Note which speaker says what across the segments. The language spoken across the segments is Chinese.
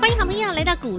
Speaker 1: 欢迎好朋友来到股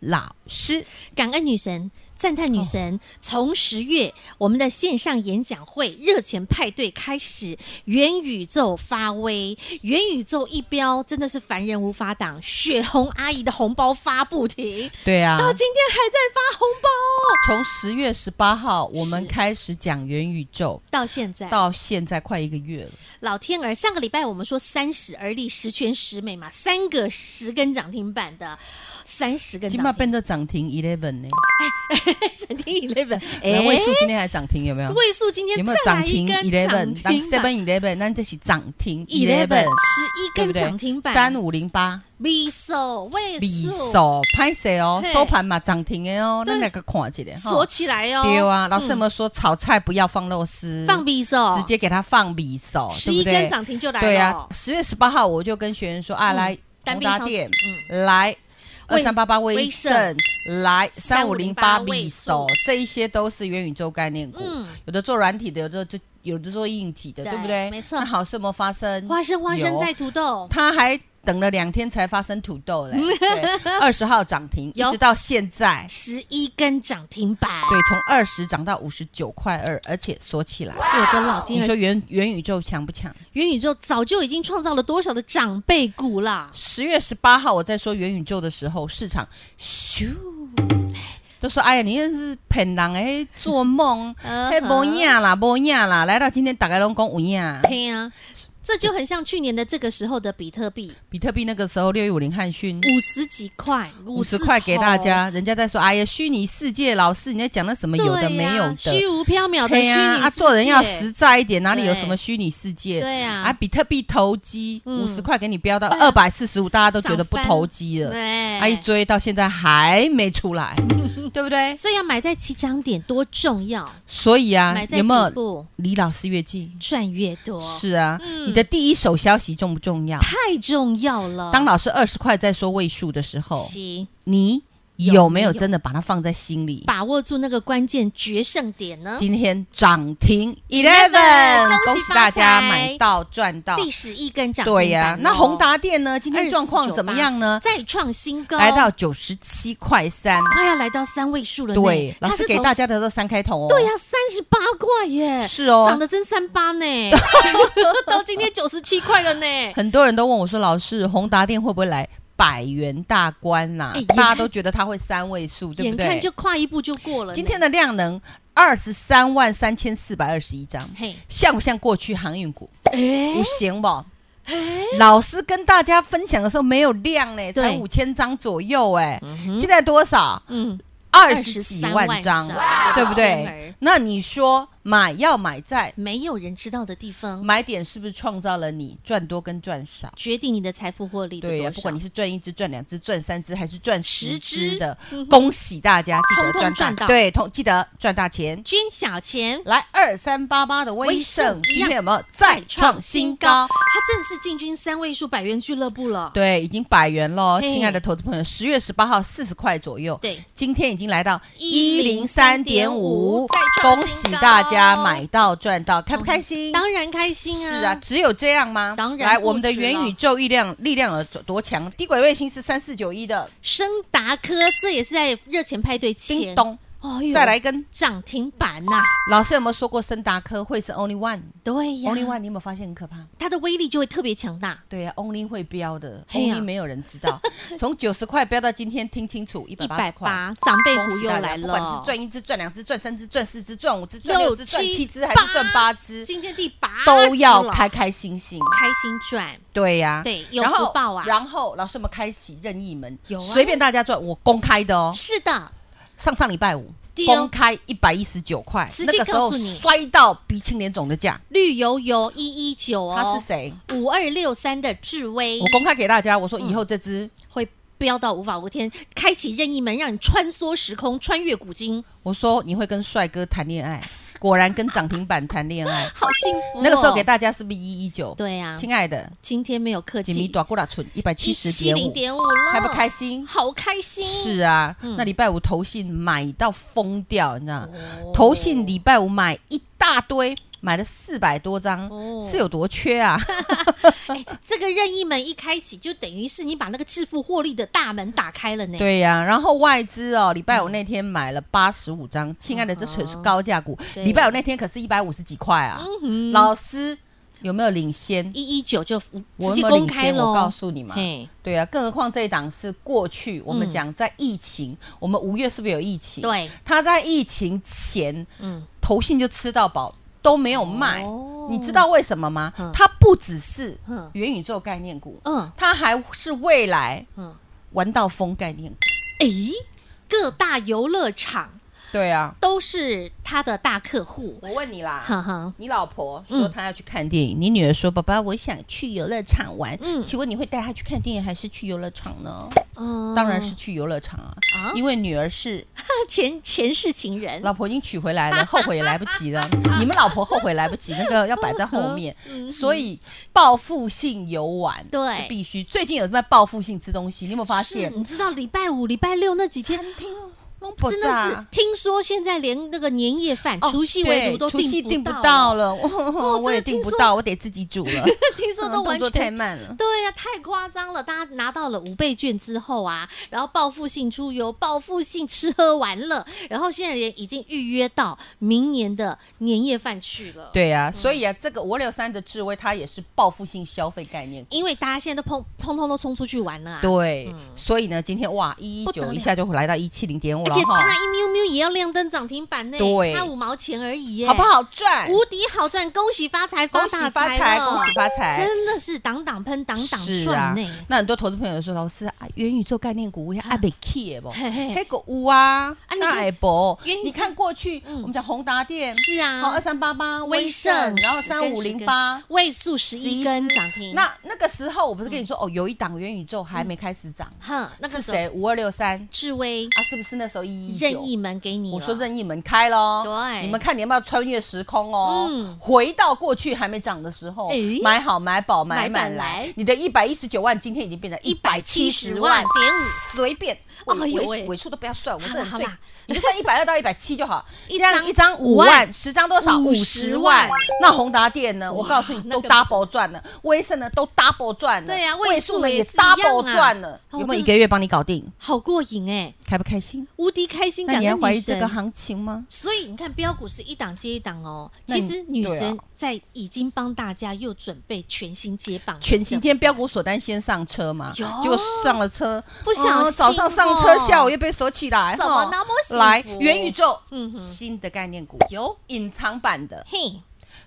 Speaker 2: 老师。
Speaker 1: 感恩女神，赞叹女神。从十月我们的线上演讲会、热钱派对开始，元宇宙发威，元宇宙一标真的是凡人无法挡。血红阿姨的红包发不停，
Speaker 2: 对啊，
Speaker 1: 到今天还在发红包，
Speaker 2: 从十月十八号我们开始讲元宇宙，
Speaker 1: 到现在
Speaker 2: 到现在快一个月了。
Speaker 1: 老天儿，上个礼拜我们说三十而立，十全十美嘛，三个十根涨停板的，三十根
Speaker 2: 今麦
Speaker 1: 涨停
Speaker 2: 变得涨停 eleven 呢，
Speaker 1: 涨停 eleven，
Speaker 2: 来位数
Speaker 1: 哎，
Speaker 2: 今天还涨停有没有？
Speaker 1: 位数今天
Speaker 2: 嗯有没有
Speaker 1: 再
Speaker 2: 涨
Speaker 1: 来一
Speaker 2: 停
Speaker 1: 根
Speaker 2: eleven？当
Speaker 1: 涨停
Speaker 2: seven
Speaker 1: 板
Speaker 2: eleven，那这是涨停
Speaker 1: eleven 十
Speaker 2: 11
Speaker 1: 一
Speaker 2: 对
Speaker 1: 根
Speaker 2: 不对
Speaker 1: 涨停板，
Speaker 2: 三五零八。
Speaker 1: 米手位
Speaker 2: 比
Speaker 1: 数
Speaker 2: 手拍谁哦
Speaker 1: 嘿，
Speaker 2: 收盘嘛涨停的哦，
Speaker 1: 对
Speaker 2: 咱来个看一下
Speaker 1: 锁。起来哦，
Speaker 2: 对啊，老师有
Speaker 1: 嗯
Speaker 2: 没有说炒菜不要放肉丝？
Speaker 1: 放米手，
Speaker 2: 直接给它放匕首，
Speaker 1: 十
Speaker 2: 对不
Speaker 1: 一根
Speaker 2: 对？
Speaker 1: 涨停就来了，
Speaker 2: 对啊，十月十八号我就跟学员说啊，
Speaker 1: 嗯
Speaker 2: 来
Speaker 1: 单
Speaker 2: 宏
Speaker 1: 边
Speaker 2: 达
Speaker 1: 操
Speaker 2: 店，
Speaker 1: 嗯，
Speaker 2: 来二
Speaker 1: 威
Speaker 2: 三八八威
Speaker 1: 威盛
Speaker 2: 盛，来三五零八
Speaker 1: 3508位
Speaker 2: 匕首
Speaker 1: 数，
Speaker 2: 这一些都是元宇宙概念股
Speaker 1: 嗯，
Speaker 2: 有的做软体的，有的做有的做硬体的，
Speaker 1: 对
Speaker 2: 对不对？
Speaker 1: 没错
Speaker 2: 那好事有没有发生？
Speaker 1: 花生花生
Speaker 2: 有
Speaker 1: 在土豆，
Speaker 2: 他还等了两天才发生土豆嘞， 对，二十号涨停，一
Speaker 1: 有
Speaker 2: 直到现在，
Speaker 1: 十一根涨停板，
Speaker 2: 对，从二十涨到五十九块二，而且锁起来。
Speaker 1: 我的老
Speaker 2: 你
Speaker 1: 天儿
Speaker 2: 说元元宇宙强不强？
Speaker 1: 元宇宙早就已经创造了多少的长辈股啦？
Speaker 2: 十月十八号我在说元宇宙的时候，市场咻。都说哎呀，你那是骗人诶，做梦，
Speaker 1: 嗯
Speaker 2: 嘿，无影啦，无影啦！来到今天，大概拢讲有影。
Speaker 1: 对呀、啊这就很像去年的这个时候的比特币，
Speaker 2: 比特币那个时候六一五零汉讯，
Speaker 1: 五十几块，
Speaker 2: 五十
Speaker 1: 字头
Speaker 2: 块给大，家，人家在说哎呀，虚拟世界，老师你在讲那什么
Speaker 1: 对呀
Speaker 2: 有的没有的，
Speaker 1: 虚无缥缈的虚
Speaker 2: 对
Speaker 1: 拟世界
Speaker 2: 啊，做人要实，在一点，哪里有什么虚拟世界？
Speaker 1: 对呀、
Speaker 2: 啊，比特币投机
Speaker 1: 嗯
Speaker 2: 五十块给你标到二百四十五，大家都觉得不投机了，
Speaker 1: 对，
Speaker 2: 啊，一追到现在还没出来， 对不对？
Speaker 1: 所以要买在起涨点多重要，
Speaker 2: 所以啊
Speaker 1: 买，在
Speaker 2: 有没
Speaker 1: 底
Speaker 2: 有
Speaker 1: 部
Speaker 2: 离老师越近？
Speaker 1: 赚越多，
Speaker 2: 是啊，
Speaker 1: 嗯
Speaker 2: 你的第一手消息重不重要？
Speaker 1: 太重要了。
Speaker 2: 当老师二十块在说位数的时候，
Speaker 1: 行，
Speaker 2: 你
Speaker 1: 有
Speaker 2: 有没
Speaker 1: 没有
Speaker 2: 有真的把它放在心里？
Speaker 1: 把握住那个关键决胜点呢。
Speaker 2: 今天涨停
Speaker 1: 11
Speaker 2: eleven，恭喜大
Speaker 1: 发
Speaker 2: 家
Speaker 1: 财
Speaker 2: 买到赚到，
Speaker 1: 第十一根涨停板哦、
Speaker 2: 对呀、那宏达电呢？今天状况怎么样呢？
Speaker 1: 再创新高，
Speaker 2: 来到九十七块三，
Speaker 1: 快要来到三位数了呢。
Speaker 2: 对，老
Speaker 1: 它
Speaker 2: 师
Speaker 1: 是
Speaker 2: 给
Speaker 1: 从
Speaker 2: 大家的都三开头哦。
Speaker 1: 对呀、三十八块耶，
Speaker 2: 是哦
Speaker 1: 涨得真三八 呢，到今天九十七块了呢。
Speaker 2: 很多人都问我说，老师，宏达电会不会来百元大关呐、
Speaker 1: 哎眼
Speaker 2: 大
Speaker 1: 看
Speaker 2: 家都觉得它会三位数，对
Speaker 1: 眼
Speaker 2: 不
Speaker 1: 看
Speaker 2: 对
Speaker 1: 就？跨一步就过了呢。
Speaker 2: 今天的量能二十三万三千四百二十一张，
Speaker 1: 嘿，
Speaker 2: 像不像过去航运股？
Speaker 1: 哎
Speaker 2: 不行吧？老师跟大家分享的时候没有量呢，才
Speaker 1: 对
Speaker 2: 五千张左右哎，现在多少？
Speaker 1: 嗯，
Speaker 2: 二十几万张
Speaker 1: 23万张，
Speaker 2: 对不
Speaker 1: 我的天
Speaker 2: 对
Speaker 1: 儿？
Speaker 2: 那你说买要买在
Speaker 1: 没有人知道的地方，
Speaker 2: 买点，是不是创造了你赚多跟赚少？
Speaker 1: 决定你的财富获利的
Speaker 2: 对
Speaker 1: 多
Speaker 2: 呀、
Speaker 1: 少。
Speaker 2: 不管你是赚一只、赚两只、赚三只，还是赚十
Speaker 1: 十只
Speaker 2: 只的，
Speaker 1: 嗯哼
Speaker 2: 恭喜大家，记
Speaker 1: 通
Speaker 2: 得
Speaker 1: 通
Speaker 2: 赚
Speaker 1: 赚
Speaker 2: 大，
Speaker 1: 到
Speaker 2: 对，同记得赚大钱。
Speaker 1: 捐小钱。
Speaker 2: 来二三八八的
Speaker 1: 威
Speaker 2: 威
Speaker 1: 盛
Speaker 2: 盛，
Speaker 1: 一
Speaker 2: 今
Speaker 1: 样
Speaker 2: 天有没有再创新高？
Speaker 1: 它正式进军三位数百元俱乐部了。
Speaker 2: 对，已经百元喽，
Speaker 1: 嘿
Speaker 2: 亲爱的投资朋友，十月十八号四十块左右，
Speaker 1: 对，
Speaker 2: 今天已经来到一零三点
Speaker 1: 103.5
Speaker 2: 五
Speaker 1: 再，创
Speaker 2: 恭
Speaker 1: 新
Speaker 2: 喜
Speaker 1: 高哦
Speaker 2: 大家买到赚到，开不开心？
Speaker 1: 当然开心啊！
Speaker 2: 是啊，，只有这样吗？
Speaker 1: 当然
Speaker 2: 来，
Speaker 1: 不止
Speaker 2: 我们的元
Speaker 1: 了
Speaker 2: 宇宙力量力量有多强？低轨卫星是三四九一的，
Speaker 1: 升达科这也是在热钱派对前，
Speaker 2: 叮咚，
Speaker 1: 哦哟，
Speaker 2: 再来一根。
Speaker 1: 涨停板呐、
Speaker 2: 老师有没有说过森达科会是 only one？only
Speaker 1: 对哎呀
Speaker 2: one，你有没有发现很可怕？
Speaker 1: 它的威力就会特别强大。
Speaker 2: 对呀、啊、，only 会标的
Speaker 1: 嘿呀
Speaker 2: ，only 没有人知 道。从九十块标到今天，听清楚，一
Speaker 1: 一
Speaker 2: 百八
Speaker 1: 百
Speaker 2: 十块。
Speaker 1: 八，长辈
Speaker 2: 恭
Speaker 1: 股
Speaker 2: 喜
Speaker 1: 又
Speaker 2: 大
Speaker 1: 来了，
Speaker 2: 家！不管你是赚一只、赚两只、赚三只、赚四只、赚五只、赚六只、
Speaker 1: 六
Speaker 2: 赚
Speaker 1: 七
Speaker 2: 七只，还是赚八只，
Speaker 1: 今天第八
Speaker 2: 都要
Speaker 1: 只了
Speaker 2: 开开心心。
Speaker 1: 开心赚，
Speaker 2: 对呀、
Speaker 1: 对有
Speaker 2: 然后
Speaker 1: 福报啊
Speaker 2: 然后老师们开启任意门，
Speaker 1: 有啊
Speaker 2: 随便大家赚，我公开的哦。
Speaker 1: 是的，
Speaker 2: 上上礼拜五
Speaker 1: 对哦
Speaker 2: 公开一百一十九块，
Speaker 1: 直
Speaker 2: 那
Speaker 1: 接
Speaker 2: 个时候
Speaker 1: 告诉你
Speaker 2: 摔到鼻青脸肿的价。
Speaker 1: 绿油油一一九哦，
Speaker 2: 他是哦谁？
Speaker 1: 五二六三的智威
Speaker 2: 我公开给大家，我说
Speaker 1: 嗯
Speaker 2: 以后这只，
Speaker 1: 会飙到无法无天，开启任意门，让你穿梭时空，穿越古今，
Speaker 2: 我说你会跟帅哥谈恋爱，果然跟涨停板谈恋爱。
Speaker 1: 好幸福哦、
Speaker 2: 那个时候给大家是不是一一九？
Speaker 1: 对啊，
Speaker 2: 亲爱的，
Speaker 1: 今天没有客
Speaker 2: 锦米
Speaker 1: 气，
Speaker 2: 短过拉存一百七十点
Speaker 1: 零
Speaker 2: 五，
Speaker 1: 点五了，
Speaker 2: 开不开？心？
Speaker 1: 好开心，嗯
Speaker 2: 是啊，那礼拜五投信买到疯掉，你知道吗？
Speaker 1: 哦
Speaker 2: 投信礼拜五买一大堆，买了四百多张
Speaker 1: 哦，
Speaker 2: 是有多 缺啊？
Speaker 1: 这个任意门一开启，就等于是你把那个致富获利的大门打开了呢。
Speaker 2: 对呀、然后外资哦，礼拜五那天买了八十五张，亲爱的，
Speaker 1: 嗯
Speaker 2: 这可是高价股。
Speaker 1: 对
Speaker 2: 礼拜五那天可是一百五十几块啊。
Speaker 1: 嗯，
Speaker 2: 老师有没有领先？
Speaker 1: 一一九就直
Speaker 2: 我
Speaker 1: 接
Speaker 2: 有没有
Speaker 1: 公
Speaker 2: 领
Speaker 1: 开
Speaker 2: 先？我告
Speaker 1: 喽。
Speaker 2: 诉你嘛，
Speaker 1: 嘿，
Speaker 2: 对啊，更何况这一档是过去我们
Speaker 1: 嗯
Speaker 2: 讲在疫情，我们五月是不是有疫情？，
Speaker 1: 对，
Speaker 2: 他在疫情前
Speaker 1: 嗯，
Speaker 2: 投信就吃到饱，都没有卖。
Speaker 1: 哦
Speaker 2: 你知道为什么吗
Speaker 1: 嗯？
Speaker 2: 它不只是
Speaker 1: 嗯
Speaker 2: 元宇宙概念股，
Speaker 1: 嗯
Speaker 2: 它还是未来
Speaker 1: 嗯，
Speaker 2: 玩到疯概念股。
Speaker 1: 诶，各大游乐场
Speaker 2: 对啊，
Speaker 1: 都是他的大客户，
Speaker 2: 我问你啦，
Speaker 1: 哈哈，
Speaker 2: 你老婆说她要去看电影，你女儿说爸爸我想去游乐场玩，
Speaker 1: 嗯
Speaker 2: 请问你会带她去看电影还是去游乐场呢？
Speaker 1: 嗯
Speaker 2: 当然是去游乐场啊，
Speaker 1: 啊，
Speaker 2: 因为女儿是
Speaker 1: 前前世情人，
Speaker 2: 老婆已经娶回来 了，后悔也来不及了。你们老婆后悔来不及，那个要摆在后面， 所以报复性游玩
Speaker 1: 嗯对
Speaker 2: 是必须。最近有在报复性吃东西，你有没有发
Speaker 1: 是
Speaker 2: 现？
Speaker 1: 你知道礼拜五、礼拜六那几天，
Speaker 2: 弄不
Speaker 1: 真
Speaker 2: 炸
Speaker 1: 的是听说现在连那个年夜饭、
Speaker 2: 哦
Speaker 1: 除夕围
Speaker 2: 对
Speaker 1: 炉都
Speaker 2: 除夕订
Speaker 1: 不
Speaker 2: 不
Speaker 1: 到
Speaker 2: 到
Speaker 1: 了，
Speaker 2: 了，
Speaker 1: 哦
Speaker 2: 我
Speaker 1: 真的
Speaker 2: 也订
Speaker 1: 听
Speaker 2: 不
Speaker 1: 说
Speaker 2: 到，我得自己 煮了。
Speaker 1: 听说
Speaker 2: 嗯
Speaker 1: 都完
Speaker 2: 动作太
Speaker 1: 全。
Speaker 2: 慢了。
Speaker 1: 对呀、太夸张了！大家拿到了五倍券之后啊，然后报复性出游、报复性吃喝玩乐，然后现在也已经预约到明年的年夜饭去了。，
Speaker 2: 对呀、所以啊，这个五六三的智慧，它也是报复性消费概念股。
Speaker 1: 因为大家现在都碰，通通都冲出去玩了啊。
Speaker 2: 对，所以呢，今天哇，一一
Speaker 1: 不得了
Speaker 2: 九一下就来到一七零点五
Speaker 1: 而
Speaker 2: 了
Speaker 1: 且差
Speaker 2: 哈，
Speaker 1: 一喵喵也要亮灯涨停板呢，
Speaker 2: 对
Speaker 1: 差五毛钱而已耶，
Speaker 2: 好不？好赚？
Speaker 1: 无敌好赚，恭喜发财，
Speaker 2: 恭
Speaker 1: 发
Speaker 2: 喜
Speaker 1: 大
Speaker 2: 发
Speaker 1: 财
Speaker 2: 财，
Speaker 1: 了啊
Speaker 2: 恭喜发财！
Speaker 1: 真的是挡挡喷，挡挡
Speaker 2: 是
Speaker 1: 赚
Speaker 2: 啊
Speaker 1: 呢、，
Speaker 2: 那很多投资朋友说，老师，啊元宇宙概念股我也爱被 key 的不？
Speaker 1: 嘿嘿
Speaker 2: 黑狗屋啊，
Speaker 1: 你
Speaker 2: 那
Speaker 1: 看
Speaker 2: 爱博
Speaker 1: 元宇宙，
Speaker 2: 你看过去我们讲宏达电，
Speaker 1: 是啊，
Speaker 2: 好二三八八
Speaker 1: 威
Speaker 2: 威
Speaker 1: 盛
Speaker 2: 盛，然后
Speaker 1: 10跟
Speaker 2: 三五零八
Speaker 1: 10。位数十一根
Speaker 2: 只
Speaker 1: 涨停，
Speaker 2: 那那个时候我不是跟你说哦，有一档元宇宙还没开始涨，
Speaker 1: 哼，那个
Speaker 2: 是
Speaker 1: 时候
Speaker 2: 谁？五二六三
Speaker 1: 智威
Speaker 2: 啊，是不是那时候一一
Speaker 1: 任意门给你了，
Speaker 2: 我说任意门开喽，
Speaker 1: 对
Speaker 2: 你们看你要不要穿越时空哦？
Speaker 1: 嗯
Speaker 2: 回到过去还没涨的时候，
Speaker 1: 诶
Speaker 2: 买好买饱买
Speaker 1: 买
Speaker 2: 满
Speaker 1: 满
Speaker 2: 来
Speaker 1: 来，
Speaker 2: 你的一百一十九万今天已经变成一百七
Speaker 1: 170
Speaker 2: 十
Speaker 1: 万
Speaker 2: 万
Speaker 1: 点五
Speaker 2: 随便
Speaker 1: 哎
Speaker 2: 尾
Speaker 1: 呦喂
Speaker 2: 尾尾数都不要算，我
Speaker 1: 好啦
Speaker 2: 这人
Speaker 1: 好
Speaker 2: 最
Speaker 1: 啦，
Speaker 2: 你就算一百二到一百七就好，
Speaker 1: 一
Speaker 2: 这
Speaker 1: 张
Speaker 2: 样一张
Speaker 1: 五
Speaker 2: 五
Speaker 1: 万
Speaker 2: 万，十张多少？
Speaker 1: 五
Speaker 2: 五
Speaker 1: 十
Speaker 2: 十
Speaker 1: 万
Speaker 2: 万。那宏达电呢？我告诉你，
Speaker 1: 那
Speaker 2: 都
Speaker 1: 个
Speaker 2: double 赚了，威盛呢都 double 赚了，
Speaker 1: 对啊位
Speaker 2: 位数
Speaker 1: 数
Speaker 2: 呢
Speaker 1: 也
Speaker 2: 也
Speaker 1: 是一样
Speaker 2: double
Speaker 1: 啊
Speaker 2: 赚了，
Speaker 1: 哦
Speaker 2: 有没
Speaker 1: 真是
Speaker 2: 有一个月帮你搞定？
Speaker 1: 好过瘾哎，
Speaker 2: 开不开心？
Speaker 1: 无敌开心
Speaker 2: 那
Speaker 1: 感
Speaker 2: 你还
Speaker 1: 跟
Speaker 2: 怀疑
Speaker 1: 女
Speaker 2: 这个
Speaker 1: 神。
Speaker 2: 行情吗？
Speaker 1: 所以你看，标股是一档接一档哦。
Speaker 2: 那
Speaker 1: 其
Speaker 2: 你
Speaker 1: 实女
Speaker 2: 对啊
Speaker 1: 神在已经帮大家又准备全新接棒了，
Speaker 2: 全新，今天标股锁单先上车嘛，
Speaker 1: 有
Speaker 2: 结果上了车，
Speaker 1: 不小心哦哦
Speaker 2: 早上上车，下午又被锁起来，
Speaker 1: 怎么
Speaker 2: 哈
Speaker 1: 那么幸福
Speaker 2: 来元宇宙，
Speaker 1: 嗯哼
Speaker 2: 新的概念股，
Speaker 1: 有
Speaker 2: 隐藏版的，
Speaker 1: 嘿，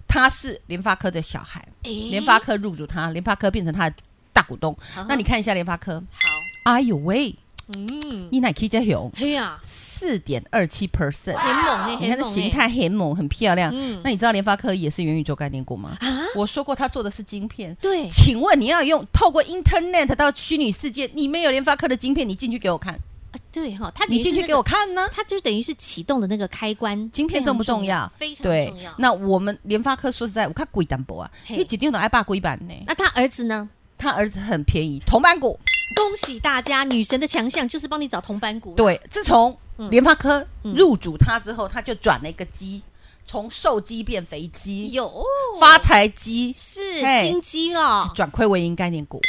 Speaker 2: 他是联发科的小孩，
Speaker 1: 诶
Speaker 2: 联发科入主他，联发科变成他的大股东
Speaker 1: 嗯哼。
Speaker 2: 那你看一下联发科，
Speaker 1: 好，
Speaker 2: 哎呦喂，
Speaker 1: 嗯，
Speaker 2: 你奶 K 加油，
Speaker 1: 嘿呀，
Speaker 2: 四点二七 percent。
Speaker 1: 很猛哎，
Speaker 2: 你看
Speaker 1: 很
Speaker 2: 这
Speaker 1: 猛
Speaker 2: 形
Speaker 1: 哎，
Speaker 2: 态很猛，很漂亮。
Speaker 1: 嗯
Speaker 2: 那你知道联发科也是元宇宙概念股吗？
Speaker 1: 啊，
Speaker 2: 我说过，他做的是晶片，
Speaker 1: 对，
Speaker 2: 请问你要用透过 Internet 到虚拟世界，你没有联发科的晶片，你进去给我看，
Speaker 1: 啊对哈，他
Speaker 2: 你进去给我看呢？
Speaker 1: 它就等于是启动的那个开关，
Speaker 2: 晶片重不重要？
Speaker 1: 非常
Speaker 2: 对
Speaker 1: 重要。，
Speaker 2: 那我们联发科说实在，我看贵淡薄啊，
Speaker 1: 嘿
Speaker 2: 你几定都爱霸贵版呢？
Speaker 1: 那他儿子呢？
Speaker 2: 他儿子很便宜，铜板股。
Speaker 1: 恭喜大家，女神的强项就是帮你找铜板股。，
Speaker 2: 对，自从
Speaker 1: 嗯
Speaker 2: 联发科
Speaker 1: 嗯
Speaker 2: 入主它之后，它就转了一个鸡，从瘦鸡变肥鸡，
Speaker 1: 有
Speaker 2: 发财鸡，
Speaker 1: 是
Speaker 2: 嘿
Speaker 1: 金鸡哦，
Speaker 2: 转亏为盈概念股。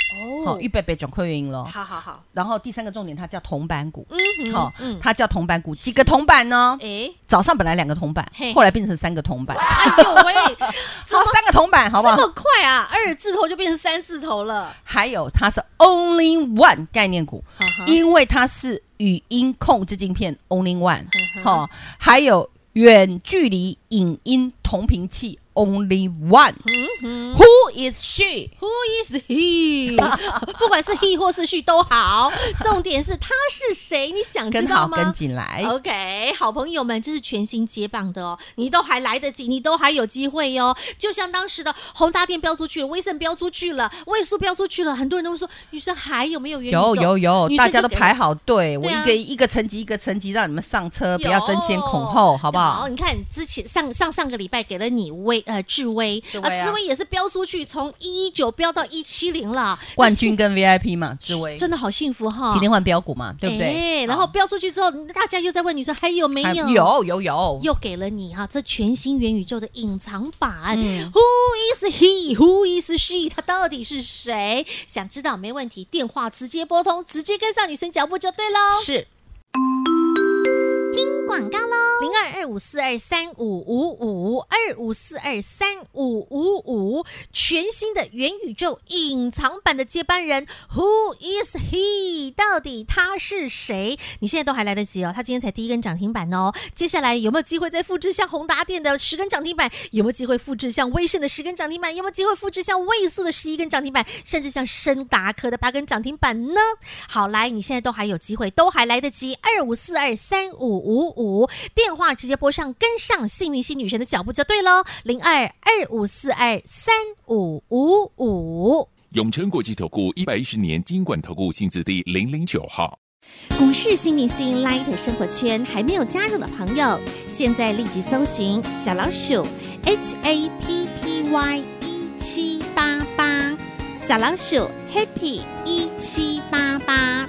Speaker 2: 好，
Speaker 1: 哦
Speaker 2: 预，备备转亏为盈喽。
Speaker 1: 好好好，
Speaker 2: 然后第三个重点，它叫铜板股。
Speaker 1: 嗯哼
Speaker 2: 好
Speaker 1: 嗯，，
Speaker 2: 它叫铜板股，几个铜板呢？
Speaker 1: 哎，
Speaker 2: 早上本来两个铜板
Speaker 1: 嘿，
Speaker 2: 后来变成三个铜板，好，
Speaker 1: 哎呦喂，怎么
Speaker 2: 三个铜板，好不
Speaker 1: 这
Speaker 2: 好？
Speaker 1: 么快啊？二字头就变成三字头了，
Speaker 2: 还有它是 Only One 概念股，
Speaker 1: 哈啊哈
Speaker 2: 因为它是语音控制镜片 Only One，
Speaker 1: 嗯哼
Speaker 2: 好，还有远距离影音同频器 only one。
Speaker 1: 嗯哼
Speaker 2: Who is she？
Speaker 1: ，Who is he？不 管是 he 或是 she 都 好，重点是他是谁，你想知
Speaker 2: 跟
Speaker 1: 道
Speaker 2: 好
Speaker 1: 吗？哦
Speaker 2: 跟进来，
Speaker 1: OK，好朋友们，这是全新接棒的哦，你都还来得及，你都还有机会哦。就像当时的宏达电标出去了，威盛标出去了，位数标出去了，很多人都会说，女生还有没有元宇宙
Speaker 2: 有有有，
Speaker 1: 女生就
Speaker 2: 大家都
Speaker 1: 给
Speaker 2: 排好队，我
Speaker 1: 对啊
Speaker 2: 一个一个层级一个层级让你们上车，不
Speaker 1: 有
Speaker 2: 要争先恐后，好不好？
Speaker 1: 你看之前上上上个礼拜给了你威呃智威
Speaker 2: 智威啊
Speaker 1: 智威也是标出去，从一一九标到一七零了，
Speaker 2: 冠军跟 VIP 嘛，志威
Speaker 1: 真的好幸福哈、
Speaker 2: 今天换标股嘛，对不
Speaker 1: 哎
Speaker 2: 对？
Speaker 1: 然后
Speaker 2: 好
Speaker 1: 标出去之后，大家又在问女生还有没
Speaker 2: 还
Speaker 1: 有？
Speaker 2: 有有有，
Speaker 1: 又给了你哈、这全新元宇宙的隐藏版。
Speaker 2: 嗯
Speaker 1: Who is he? Who is she? 他到底是谁？想知道没问题，电话直接拨通，直接跟上女生脚步就对喽。
Speaker 2: 是
Speaker 1: 广告喽，零二二五四二三五五五二五四二三五五五，全新的元宇宙隐藏版的接班人，Who is he？到底他是谁？你现在都还来得及哦，他今天才第一根涨停板哦，接下来有没有机会再复制像宏达电的十根涨停板？有没有机会复制像威盛的十根涨停板？有没有机会复制像位数的十一根涨停板？甚至像深达科的八根涨停板呢？好，来，你现在都还有机会，都还来得及，二五四二三五五五，电话直接拨上，跟上幸运星女神的脚步就对喽，零二二五四二三五五五。
Speaker 3: 永诚国际投顾一百一十年金管投顾性质第零零九号。
Speaker 1: 股市新明星 Light 生活圈还没有加入的朋友，现在立即搜寻小老鼠 HAPPY 一七八八，小老鼠 Happy 一七八八，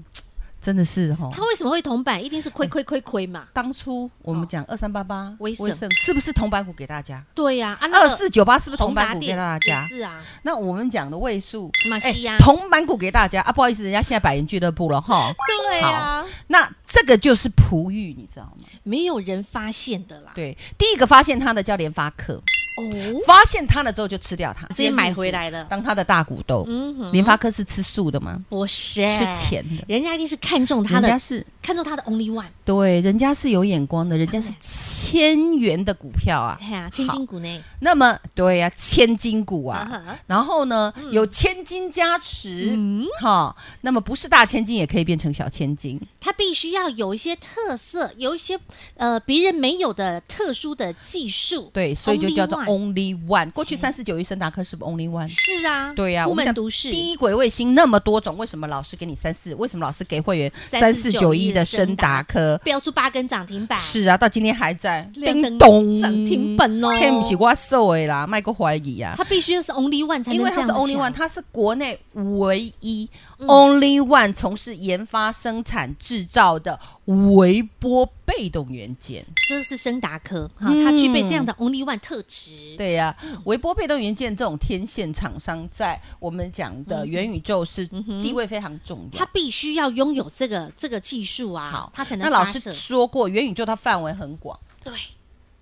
Speaker 2: 真的是吼。
Speaker 1: 它为什么会铜板？一定是亏亏亏亏嘛。
Speaker 2: 当初我们讲二三八八
Speaker 1: 哦威盛
Speaker 2: 是不是铜板股给大家？
Speaker 1: 对呀，啊，那
Speaker 2: 二
Speaker 1: 个
Speaker 2: 四九八是不是铜
Speaker 1: 宏达
Speaker 2: 板股给
Speaker 1: 电
Speaker 2: 大
Speaker 1: 也
Speaker 2: 家？
Speaker 1: 是啊，
Speaker 2: 那我们讲的位数哎
Speaker 1: 嘛，是啊
Speaker 2: 铜板股给大家啊，不好意思，人家现在百元俱乐部了哈。
Speaker 1: 对啊呀，
Speaker 2: 那这个就是璞玉，你知道吗？
Speaker 1: 没有人发现的啦。
Speaker 2: 对，第一个发现它的叫联发科，
Speaker 1: 哦，
Speaker 2: 发现它了之后就吃掉它，
Speaker 1: 直接买回来了。
Speaker 2: 当它的大股东。
Speaker 1: 嗯哼，
Speaker 2: 联发科是吃素的吗？
Speaker 1: 不是
Speaker 2: 吃钱的，
Speaker 1: 人家一定是看中他
Speaker 2: 人家
Speaker 1: 的，
Speaker 2: 是
Speaker 1: 看中他的 only one，
Speaker 2: 对，人家是有眼光的，人家是千元的股票啊。
Speaker 1: 哎呀，千金股呢？
Speaker 2: 那么对呀、千金股啊。
Speaker 1: 啊哈
Speaker 2: 然后呢，有千金加持，
Speaker 1: 嗯
Speaker 2: 哈、那么不是大千金也可以变成小千金，
Speaker 1: 他必须要有一些特色，有一些呃别人没有的特殊的技术。
Speaker 2: 对，所以就叫做
Speaker 1: Only one 嗯
Speaker 2: only one。过去三四九一升达科是不是 only one？
Speaker 1: 是啊，
Speaker 2: 对呀、
Speaker 1: 孤
Speaker 2: 我们
Speaker 1: 门
Speaker 2: 讲
Speaker 1: 独市，
Speaker 2: 低轨卫星那么多种，为什么老师给你三四？为什么老师给会员三四九一的深达科？
Speaker 1: 标出八根涨停板，
Speaker 2: 是啊，到今天还在
Speaker 1: 亮灯
Speaker 2: 叮咚
Speaker 1: 涨停板哦
Speaker 2: 嘿，不是我受的啦，卖个怀疑啊。
Speaker 1: 他必须要是 only one 才能
Speaker 2: 因为
Speaker 1: 这
Speaker 2: 它
Speaker 1: 样
Speaker 2: 是
Speaker 1: 子嗯
Speaker 2: Only
Speaker 1: 抢
Speaker 2: One，它是国内唯一、Only One 从事研发、生产、制造的微波被动元件。
Speaker 1: 这是升达科哈，
Speaker 2: 嗯
Speaker 1: 它具备这样的 only one 特质。
Speaker 2: 对呀、
Speaker 1: 嗯
Speaker 2: 微波被动元件这种天线厂商，在我们讲
Speaker 1: 嗯
Speaker 2: 的元宇宙是地位非常重要。
Speaker 1: 他必须要拥有这个这个技术啊，
Speaker 2: 好
Speaker 1: 他才能
Speaker 2: 那老
Speaker 1: 发射
Speaker 2: 师说过，元宇宙它范围很广，
Speaker 1: 对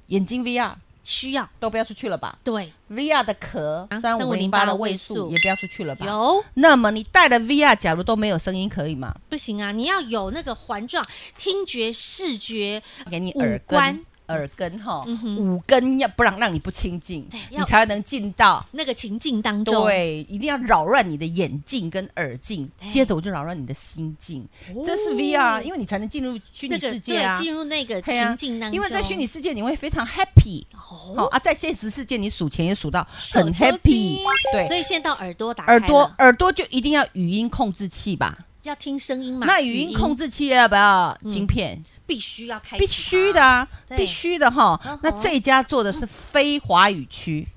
Speaker 2: 眼睛 VR、
Speaker 1: 需要
Speaker 2: 都不要出去了吧
Speaker 1: 对
Speaker 2: ？VR 的壳
Speaker 1: 啊
Speaker 2: 三五零
Speaker 1: 3508
Speaker 2: 八的位数
Speaker 1: 位数
Speaker 2: 也不要出去了吧？
Speaker 1: 有
Speaker 2: 那么你戴的 VR 假如都没有声音，可以吗？
Speaker 1: 不行啊，你要有那个环状、听觉、视觉，
Speaker 2: 给你
Speaker 1: 五
Speaker 2: 耳
Speaker 1: 官
Speaker 2: 根，耳根哈
Speaker 1: 嗯，哼
Speaker 2: 五根要不让让你不清净
Speaker 1: 对，要
Speaker 2: 你才能进到。
Speaker 1: 那个情境当中，
Speaker 2: 对，一定要扰乱你的眼境跟耳境，接着我就扰乱你的心境。这是 VR，因为你才能进入虚
Speaker 1: 那
Speaker 2: 拟
Speaker 1: 个
Speaker 2: 世界啊
Speaker 1: 对，。进入哦那个
Speaker 2: 嘿啊
Speaker 1: 情境当中，
Speaker 2: 因为在虚拟世界你会非常 happy 哦
Speaker 1: 哦，
Speaker 2: 啊，在现实世界你数钱也数到
Speaker 1: 手
Speaker 2: 很
Speaker 1: 抽
Speaker 2: happy，
Speaker 1: 筋所
Speaker 2: 对，
Speaker 1: 以现在到耳朵打开
Speaker 2: 耳朵
Speaker 1: 了
Speaker 2: 耳朵就一定要语音控制器吧？
Speaker 1: 要听声音嘛，嗯
Speaker 2: 那语音控制器要不要晶片？
Speaker 1: 必须要开启它，
Speaker 2: 必须的啊，
Speaker 1: 对
Speaker 2: 必须的哈
Speaker 1: 嗯哼。
Speaker 2: 那这一家做的是非华语区，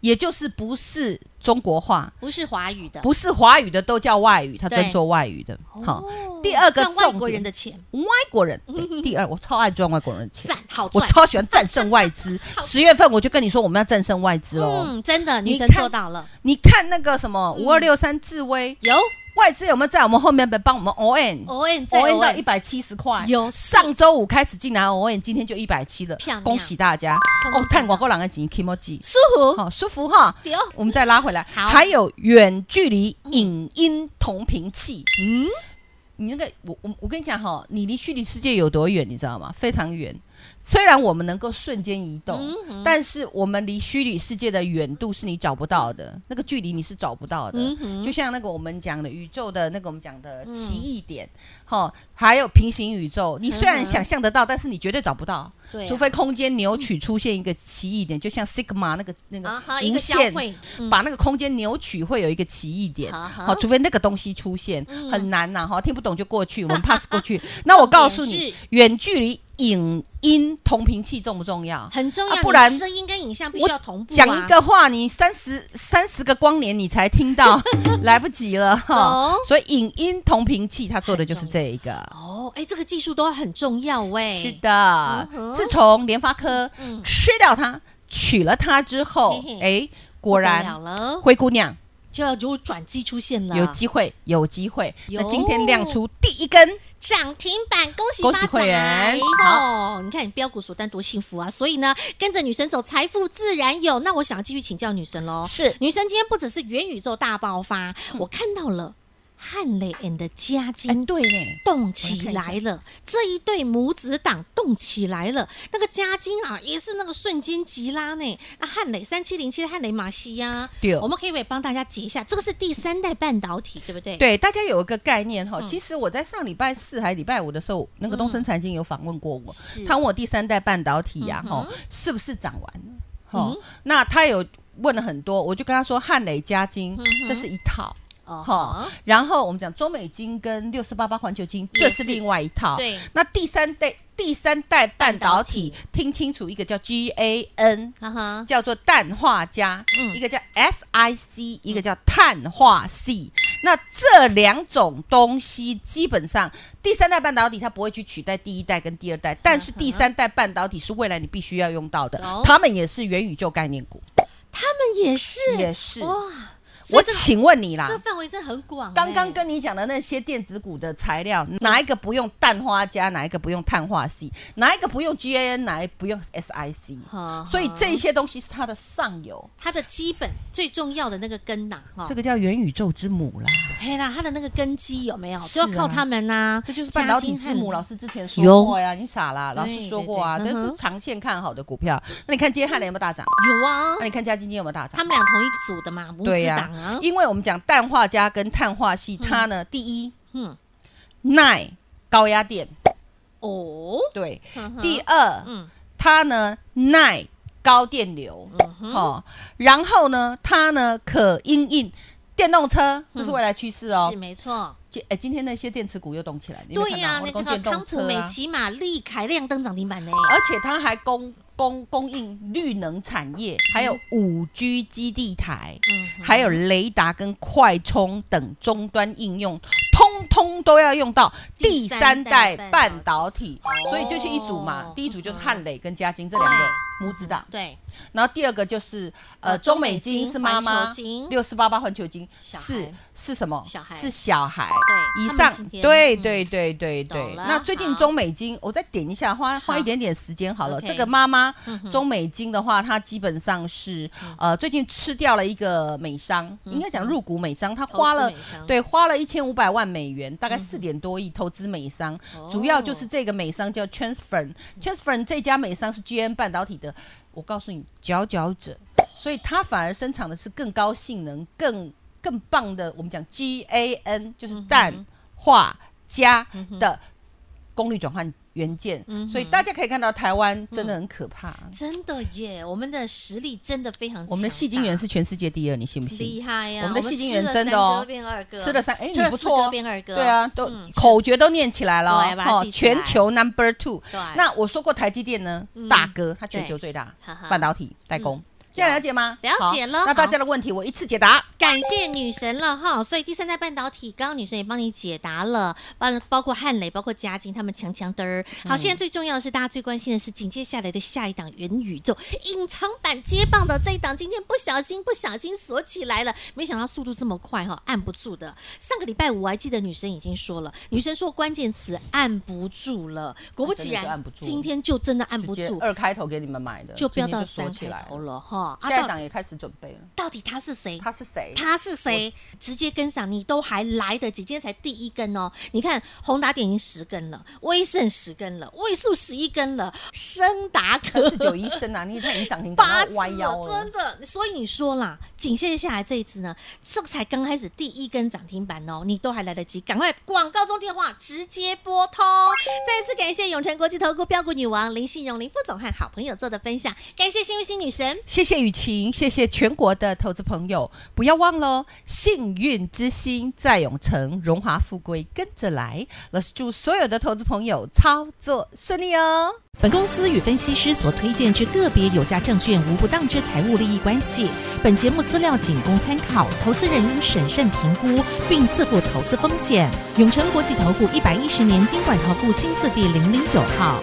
Speaker 2: 也就是不是中国话，
Speaker 1: 不是华语的，
Speaker 2: 不是华语的都叫外语，他
Speaker 1: 对
Speaker 2: 专做外语的。好，
Speaker 1: 哦
Speaker 2: 第二个
Speaker 1: 赚外
Speaker 2: 重
Speaker 1: 国
Speaker 2: 点
Speaker 1: 人的嗯钱
Speaker 2: 外国人。对第二，我超爱赚外国人的钱，
Speaker 1: 赞啊好
Speaker 2: 我
Speaker 1: 赚，
Speaker 2: 超喜欢战胜 外资。十月份我就跟你说我们要战胜外资哦。
Speaker 1: 嗯，真的女
Speaker 2: 你
Speaker 1: 神
Speaker 2: 看
Speaker 1: 做到了，
Speaker 2: 你看那个什么五二六三智威，
Speaker 1: 有
Speaker 2: 外资有没有在我们后面帮我们 O N
Speaker 1: O N 在
Speaker 2: O N
Speaker 1: O
Speaker 2: 到一
Speaker 1: N
Speaker 2: 百七十块？
Speaker 1: 有
Speaker 2: 上周五开始进来哦 O N，今天就一百七了
Speaker 1: 漂亮，
Speaker 2: 恭喜大家
Speaker 1: 通通
Speaker 2: 哦！看
Speaker 1: 赚
Speaker 2: 广告人的钱 k i m o j i
Speaker 1: 舒服，
Speaker 2: 好舒服哈。
Speaker 1: 有
Speaker 2: 我们再拉回来，
Speaker 1: 好
Speaker 2: 还有远距离影音同频器。
Speaker 1: 嗯，
Speaker 2: 你那个，我我我跟你讲哈，你离虚拟世界有多远，你知道吗？非常远。虽然我们能够瞬间移动，
Speaker 1: 嗯
Speaker 2: 但是我们离虚拟世界的远度是你找不到的，那个距离你是找不到的。
Speaker 1: 嗯哼
Speaker 2: 就像那个我们讲的宇宙的那个我们讲的奇
Speaker 1: 嗯
Speaker 2: 异点，哈、还有平行宇宙，你虽然想象得到，但是你绝对找不到，
Speaker 1: 对啊
Speaker 2: 除非空间扭曲出现一个奇异点，就像 sigma 那个那
Speaker 1: 啊
Speaker 2: 个
Speaker 1: 哈一
Speaker 2: 无
Speaker 1: 个交
Speaker 2: 限。
Speaker 1: 汇，嗯
Speaker 2: 把那个空间扭曲会有一个奇异点，
Speaker 1: 好好
Speaker 2: 好，除非那个东西出现，
Speaker 1: 嗯
Speaker 2: 很难呐，哈，听不懂就过 去，我们 pass 过去。那我告诉
Speaker 1: 重点
Speaker 2: 你
Speaker 1: 是，
Speaker 2: 远距离影音同频器重不重要？
Speaker 1: 很重要，
Speaker 2: 啊
Speaker 1: 你
Speaker 2: 不然
Speaker 1: 声音跟影像必须
Speaker 2: 我
Speaker 1: 要同步啊。
Speaker 2: 讲一个话，你三十三十个光年你才听 到，来不及了哈
Speaker 1: 懂。
Speaker 2: 所以影音同频器它做的就是这一个。
Speaker 1: 哦，哎，这个技术都很重要喂。
Speaker 2: 是的
Speaker 1: 哎嗯哼，
Speaker 2: 自从联发科
Speaker 1: 嗯
Speaker 2: 吃掉它、取了它之后
Speaker 1: 嘿嘿，
Speaker 2: 哎，
Speaker 1: 不
Speaker 2: 果
Speaker 1: 得
Speaker 2: 然
Speaker 1: 了了，
Speaker 2: 灰姑娘
Speaker 1: 就要有转机出现了，
Speaker 2: 有机会，有机会。那
Speaker 1: 有
Speaker 2: 今天亮出第一根，
Speaker 1: 涨停板，恭喜
Speaker 2: 恭喜
Speaker 1: 发财
Speaker 2: 会员
Speaker 1: 哦！你看你标股锁单多幸福啊！所以呢，跟着女神走，财富自然有。那我想继续请教女神喽，
Speaker 2: 是
Speaker 1: 女神今天不只是元宇宙大爆发，我看到了汉磊 and 嘉
Speaker 2: 嗯哎
Speaker 1: 金，。
Speaker 2: 对呢，
Speaker 1: 动起来了，这一对母子档动起来了。那个嘉金啊，也是那个瞬间急拉呢。那汉磊三七零七的汉磊马西呀、
Speaker 2: 对
Speaker 1: 我们可以不可以帮大家解一下，这个是第三代半导体，对不对？，
Speaker 2: 对大家有一个概念
Speaker 1: 嗯
Speaker 2: 哈。其实我在上礼拜四还礼拜五的时候，那个东森财经有访问过我，
Speaker 1: 是嗯
Speaker 2: 他问我第三代半导体呀，哈，是不是涨完了？哈，那他有问了很多，我就跟他说汉磊嘉金这是一套。
Speaker 1: 嗯哦
Speaker 2: 哈，然后我们讲中美金跟六四八八环球金，
Speaker 1: 也
Speaker 2: 这
Speaker 1: 是
Speaker 2: 是另外一套。
Speaker 1: 对
Speaker 2: 那第三代第三代半导
Speaker 1: 半
Speaker 2: 体
Speaker 1: 导，
Speaker 2: 听清楚，一个叫 GAN，
Speaker 1: 哈啊哈，
Speaker 2: 叫做氮化镓，
Speaker 1: 嗯
Speaker 2: 一个叫 SiC，一个叫碳化系。那这两种东西，基本上第三代半导体它不会去取代第一代跟第二代，但
Speaker 1: 嗯
Speaker 2: 是第三代半导体是未来你必须要用到的
Speaker 1: 懂，
Speaker 2: 他们也是元宇宙概念股，
Speaker 1: 他们也是
Speaker 2: 也是。
Speaker 1: 哇，所
Speaker 2: 我
Speaker 1: 以这个
Speaker 2: 请问你啦
Speaker 1: 这，范围真的很广欸。
Speaker 2: 刚刚跟你讲的那些电子股的材料，哪一个不用氮化镓，哪一个不用碳化系，哪一个不用 GAN，哪一个不用 SiC？
Speaker 1: 哈
Speaker 2: 所以
Speaker 1: 哈
Speaker 2: 这些东西是它的上游。
Speaker 1: 它的基本最重要的那个根呐，哈
Speaker 2: 这，个叫元宇宙之母啦，
Speaker 1: 嘿啦，它的那个根基有没有？
Speaker 2: 是
Speaker 1: 就要
Speaker 2: 啊
Speaker 1: 靠他们呐，
Speaker 2: 这就是半导体之母。
Speaker 1: 嘉金和
Speaker 2: 老师之前说过呀，你傻啦，老师说过啊，
Speaker 1: 对
Speaker 2: 这
Speaker 1: 对嗯
Speaker 2: 是
Speaker 1: 哼
Speaker 2: 长线看好的股票。那你看今天汉磊有没有大涨？
Speaker 1: 有啊
Speaker 2: 那，你看嘉金今天有没有大涨
Speaker 1: 他？们俩同一组的嘛，母子
Speaker 2: 对呀
Speaker 1: 档啊，
Speaker 2: 因为我们讲氮化镓跟碳化系，它呢第一
Speaker 1: 嗯，
Speaker 2: 耐高压电，
Speaker 1: 哦，
Speaker 2: 对，
Speaker 1: 呵呵
Speaker 2: 第二
Speaker 1: 嗯
Speaker 2: 它呢耐高电流，哦，然后呢它呢可因应电动车，这是未来趋势哦
Speaker 1: 嗯是。没错，
Speaker 2: 今哎今天那些电池股又动起来，你有没有
Speaker 1: 对呀，那
Speaker 2: 看到我
Speaker 1: 个
Speaker 2: 都讲电
Speaker 1: 康
Speaker 2: 动
Speaker 1: 普
Speaker 2: 车
Speaker 1: 美
Speaker 2: 啊。
Speaker 1: 骑马力凯亮登涨停板呢，
Speaker 2: 而且它还供供供应绿能产业，还有五 G 基地台，
Speaker 1: 嗯，
Speaker 2: 还有雷达跟快充等终端应用，通通都要用到
Speaker 1: 第
Speaker 2: 第
Speaker 1: 三
Speaker 2: 三
Speaker 1: 代
Speaker 2: 代
Speaker 1: 半
Speaker 2: 半导体，所以就是一组
Speaker 1: 哦，
Speaker 2: 嘛
Speaker 1: 嗯
Speaker 2: 第一组就是汉磊跟嘉金这两个母子档，
Speaker 1: 对，
Speaker 2: 然后第二个就是
Speaker 1: 呃
Speaker 2: 呃
Speaker 1: 中
Speaker 2: 中
Speaker 1: 美
Speaker 2: 美金
Speaker 1: 金
Speaker 2: 是妈
Speaker 1: 环
Speaker 2: 妈
Speaker 1: 球金，
Speaker 2: 六四八八环球金
Speaker 1: 小
Speaker 2: 是
Speaker 1: 孩
Speaker 2: 是什么？
Speaker 1: 小孩
Speaker 2: 是小孩。
Speaker 1: 对
Speaker 2: 以
Speaker 1: 他们
Speaker 2: 上
Speaker 1: 今天
Speaker 2: 对
Speaker 1: 嗯
Speaker 2: 对对对
Speaker 1: 懂
Speaker 2: 对，
Speaker 1: 了
Speaker 2: 那最近
Speaker 1: 好
Speaker 2: 中美金，我再点一下，花花一点点时间好了。
Speaker 1: OK
Speaker 2: 这个妈妈
Speaker 1: 嗯哼嗯
Speaker 2: 中美金的话，她基本上是呃最近吃掉了一个美商，应该讲入股美商，她
Speaker 1: 投资
Speaker 2: 花了
Speaker 1: 美商嗯
Speaker 2: 对花了一千五百万美元，大概四点多亿投资美商
Speaker 1: 哦，
Speaker 2: 主要就是这个美商叫 Transfer，Transfer 这家美商是 GM 半导体的，我告诉你佼佼者，所以它反而生产的是更高性能、更更棒的，我们讲 GAN
Speaker 1: 嗯
Speaker 2: 就是氮化镓的功率转换元件，
Speaker 1: 嗯哼嗯
Speaker 2: 所以大家可以看到台湾真的很可怕，
Speaker 1: 真的耶，我们的实力真的非常强大，
Speaker 2: 我们的细晶圆是全世界第二，你信不信
Speaker 1: 厉？害呀，
Speaker 2: 我们的细晶圆
Speaker 1: 吃了
Speaker 2: 真的哦
Speaker 1: 三哥变二哥，
Speaker 2: 吃了三哎
Speaker 1: 吃了
Speaker 2: 你不
Speaker 1: 四
Speaker 2: 错哦
Speaker 1: 哥变二哥，
Speaker 2: 对啊，都
Speaker 1: 嗯
Speaker 2: 口诀都念起来了
Speaker 1: 对
Speaker 2: 哦，
Speaker 1: 把它
Speaker 2: 哦
Speaker 1: 记起来
Speaker 2: 全球 number two。
Speaker 1: 对，
Speaker 2: 那我说过台积电呢
Speaker 1: 嗯，
Speaker 2: 大哥，它全球最大
Speaker 1: 哈哈，
Speaker 2: 半导体代工，这样了解吗？
Speaker 1: 了解了
Speaker 2: 好那大
Speaker 1: 好
Speaker 2: 家的问题我一次解答。
Speaker 1: 感谢女神了哈，所以第三代半导体，刚刚女神也帮你解答了，包包括汉磊，包括嘉金，他们强强的儿。
Speaker 2: 嗯
Speaker 1: 好，现在最重要的是，大家最关心的是紧接下来的下一档元宇宙隐藏版接棒的这一档，今天不小心不小心锁起来了，没想到速度这么快哈，按不住的。上个礼拜五我还记得女神已经说了，女神说关键词按不住了，果不其
Speaker 2: 啊真的是
Speaker 1: 然
Speaker 2: 按不，住
Speaker 1: 今天就真的按不
Speaker 2: 直接
Speaker 1: 住，
Speaker 2: 二开头给你们买的，
Speaker 1: 就飙
Speaker 2: 今天
Speaker 1: 到
Speaker 2: 锁
Speaker 1: 三
Speaker 2: 起
Speaker 1: 开
Speaker 2: 来
Speaker 1: 头。了哈。啊
Speaker 2: 下一
Speaker 1: 到嗯
Speaker 2: 档也开始准备了，
Speaker 1: 到底他是谁？
Speaker 2: 他是谁？
Speaker 1: 他是谁？直接跟上，你都还来得及。今天才第一根哦，你看宏达电已经十根了，威盛十根了，位数十一根了，升达科
Speaker 2: 四九医生啊，你看你涨停涨
Speaker 1: 八
Speaker 2: 到
Speaker 1: 字
Speaker 2: 弯腰了
Speaker 1: 真。的。所以你说啦，紧接下来这一次呢，这才刚开始第一根涨停板哦，你都还来得及，赶快广告中电话直接拨通。再一次感谢永诚国际投顾标股女王林信荣林副总和好朋友做的分享，感谢幸运星女神。
Speaker 2: 谢谢雨晴，谢谢全国的投资朋友，不要忘了哦，幸运之星在永城，荣华富贵跟着来。老师祝所有的投资朋友操作顺利哦。
Speaker 4: 本公司与分析师所推荐之个别有价证券无不当之财务利益关系。本节目资料仅供参考，投资人应审慎评估并自负投资风险。永诚国际投顾一百一十年经管投顾新字第零零九号。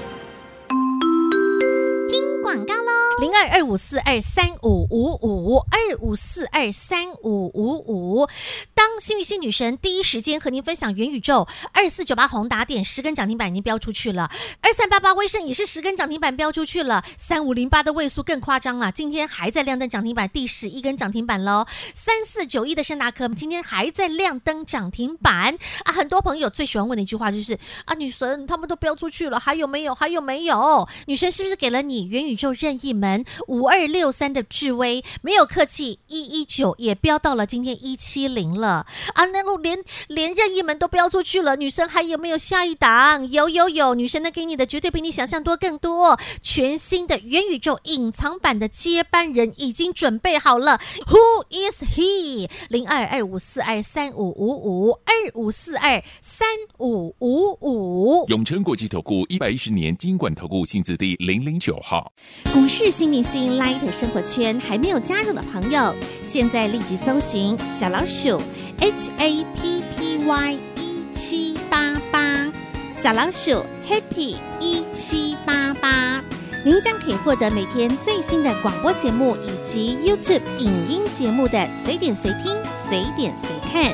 Speaker 5: 广告喽，
Speaker 1: 零二二五四二三五五五二五四二三五五五。当幸运星女神第一时间和您分享元宇宙二四九八宏达点十根涨停板已经飙出去了，二三八八威盛也是十根涨停板飙出去了，三五零八的位数更夸张了，今天还在亮灯涨停板，第十一根涨停板喽。三四九一的圣达科今天还在亮灯涨停板啊！很多朋友最喜欢问的一句话就是啊，女神他们都飙出去了，还有没有？还有没有？女神是不是给了你元宇宙任意门五二六三的智威？没有客气，一一九也飙到了今天一七零了啊！那个连连任意门都飙出去了，女神还有没有下一档？有有有，女神能给你的绝对比你想象多更多。全新的元宇宙隐藏版的接班人已经准备好了，Who is he？零二二五四二三五五五二五四二三五五五。
Speaker 3: 永诚国际投顾一百一十年金管投顾新字第零零九号。
Speaker 5: 股市新明星 Light 生活圈还没有加入的朋友，现在立即搜寻小老鼠 HAPPY 一 E 七八八，小老鼠 Happy 一七八八，您将可以获得每天最新的广播节目以及 YouTube 影音节目的随点随听、随点随看。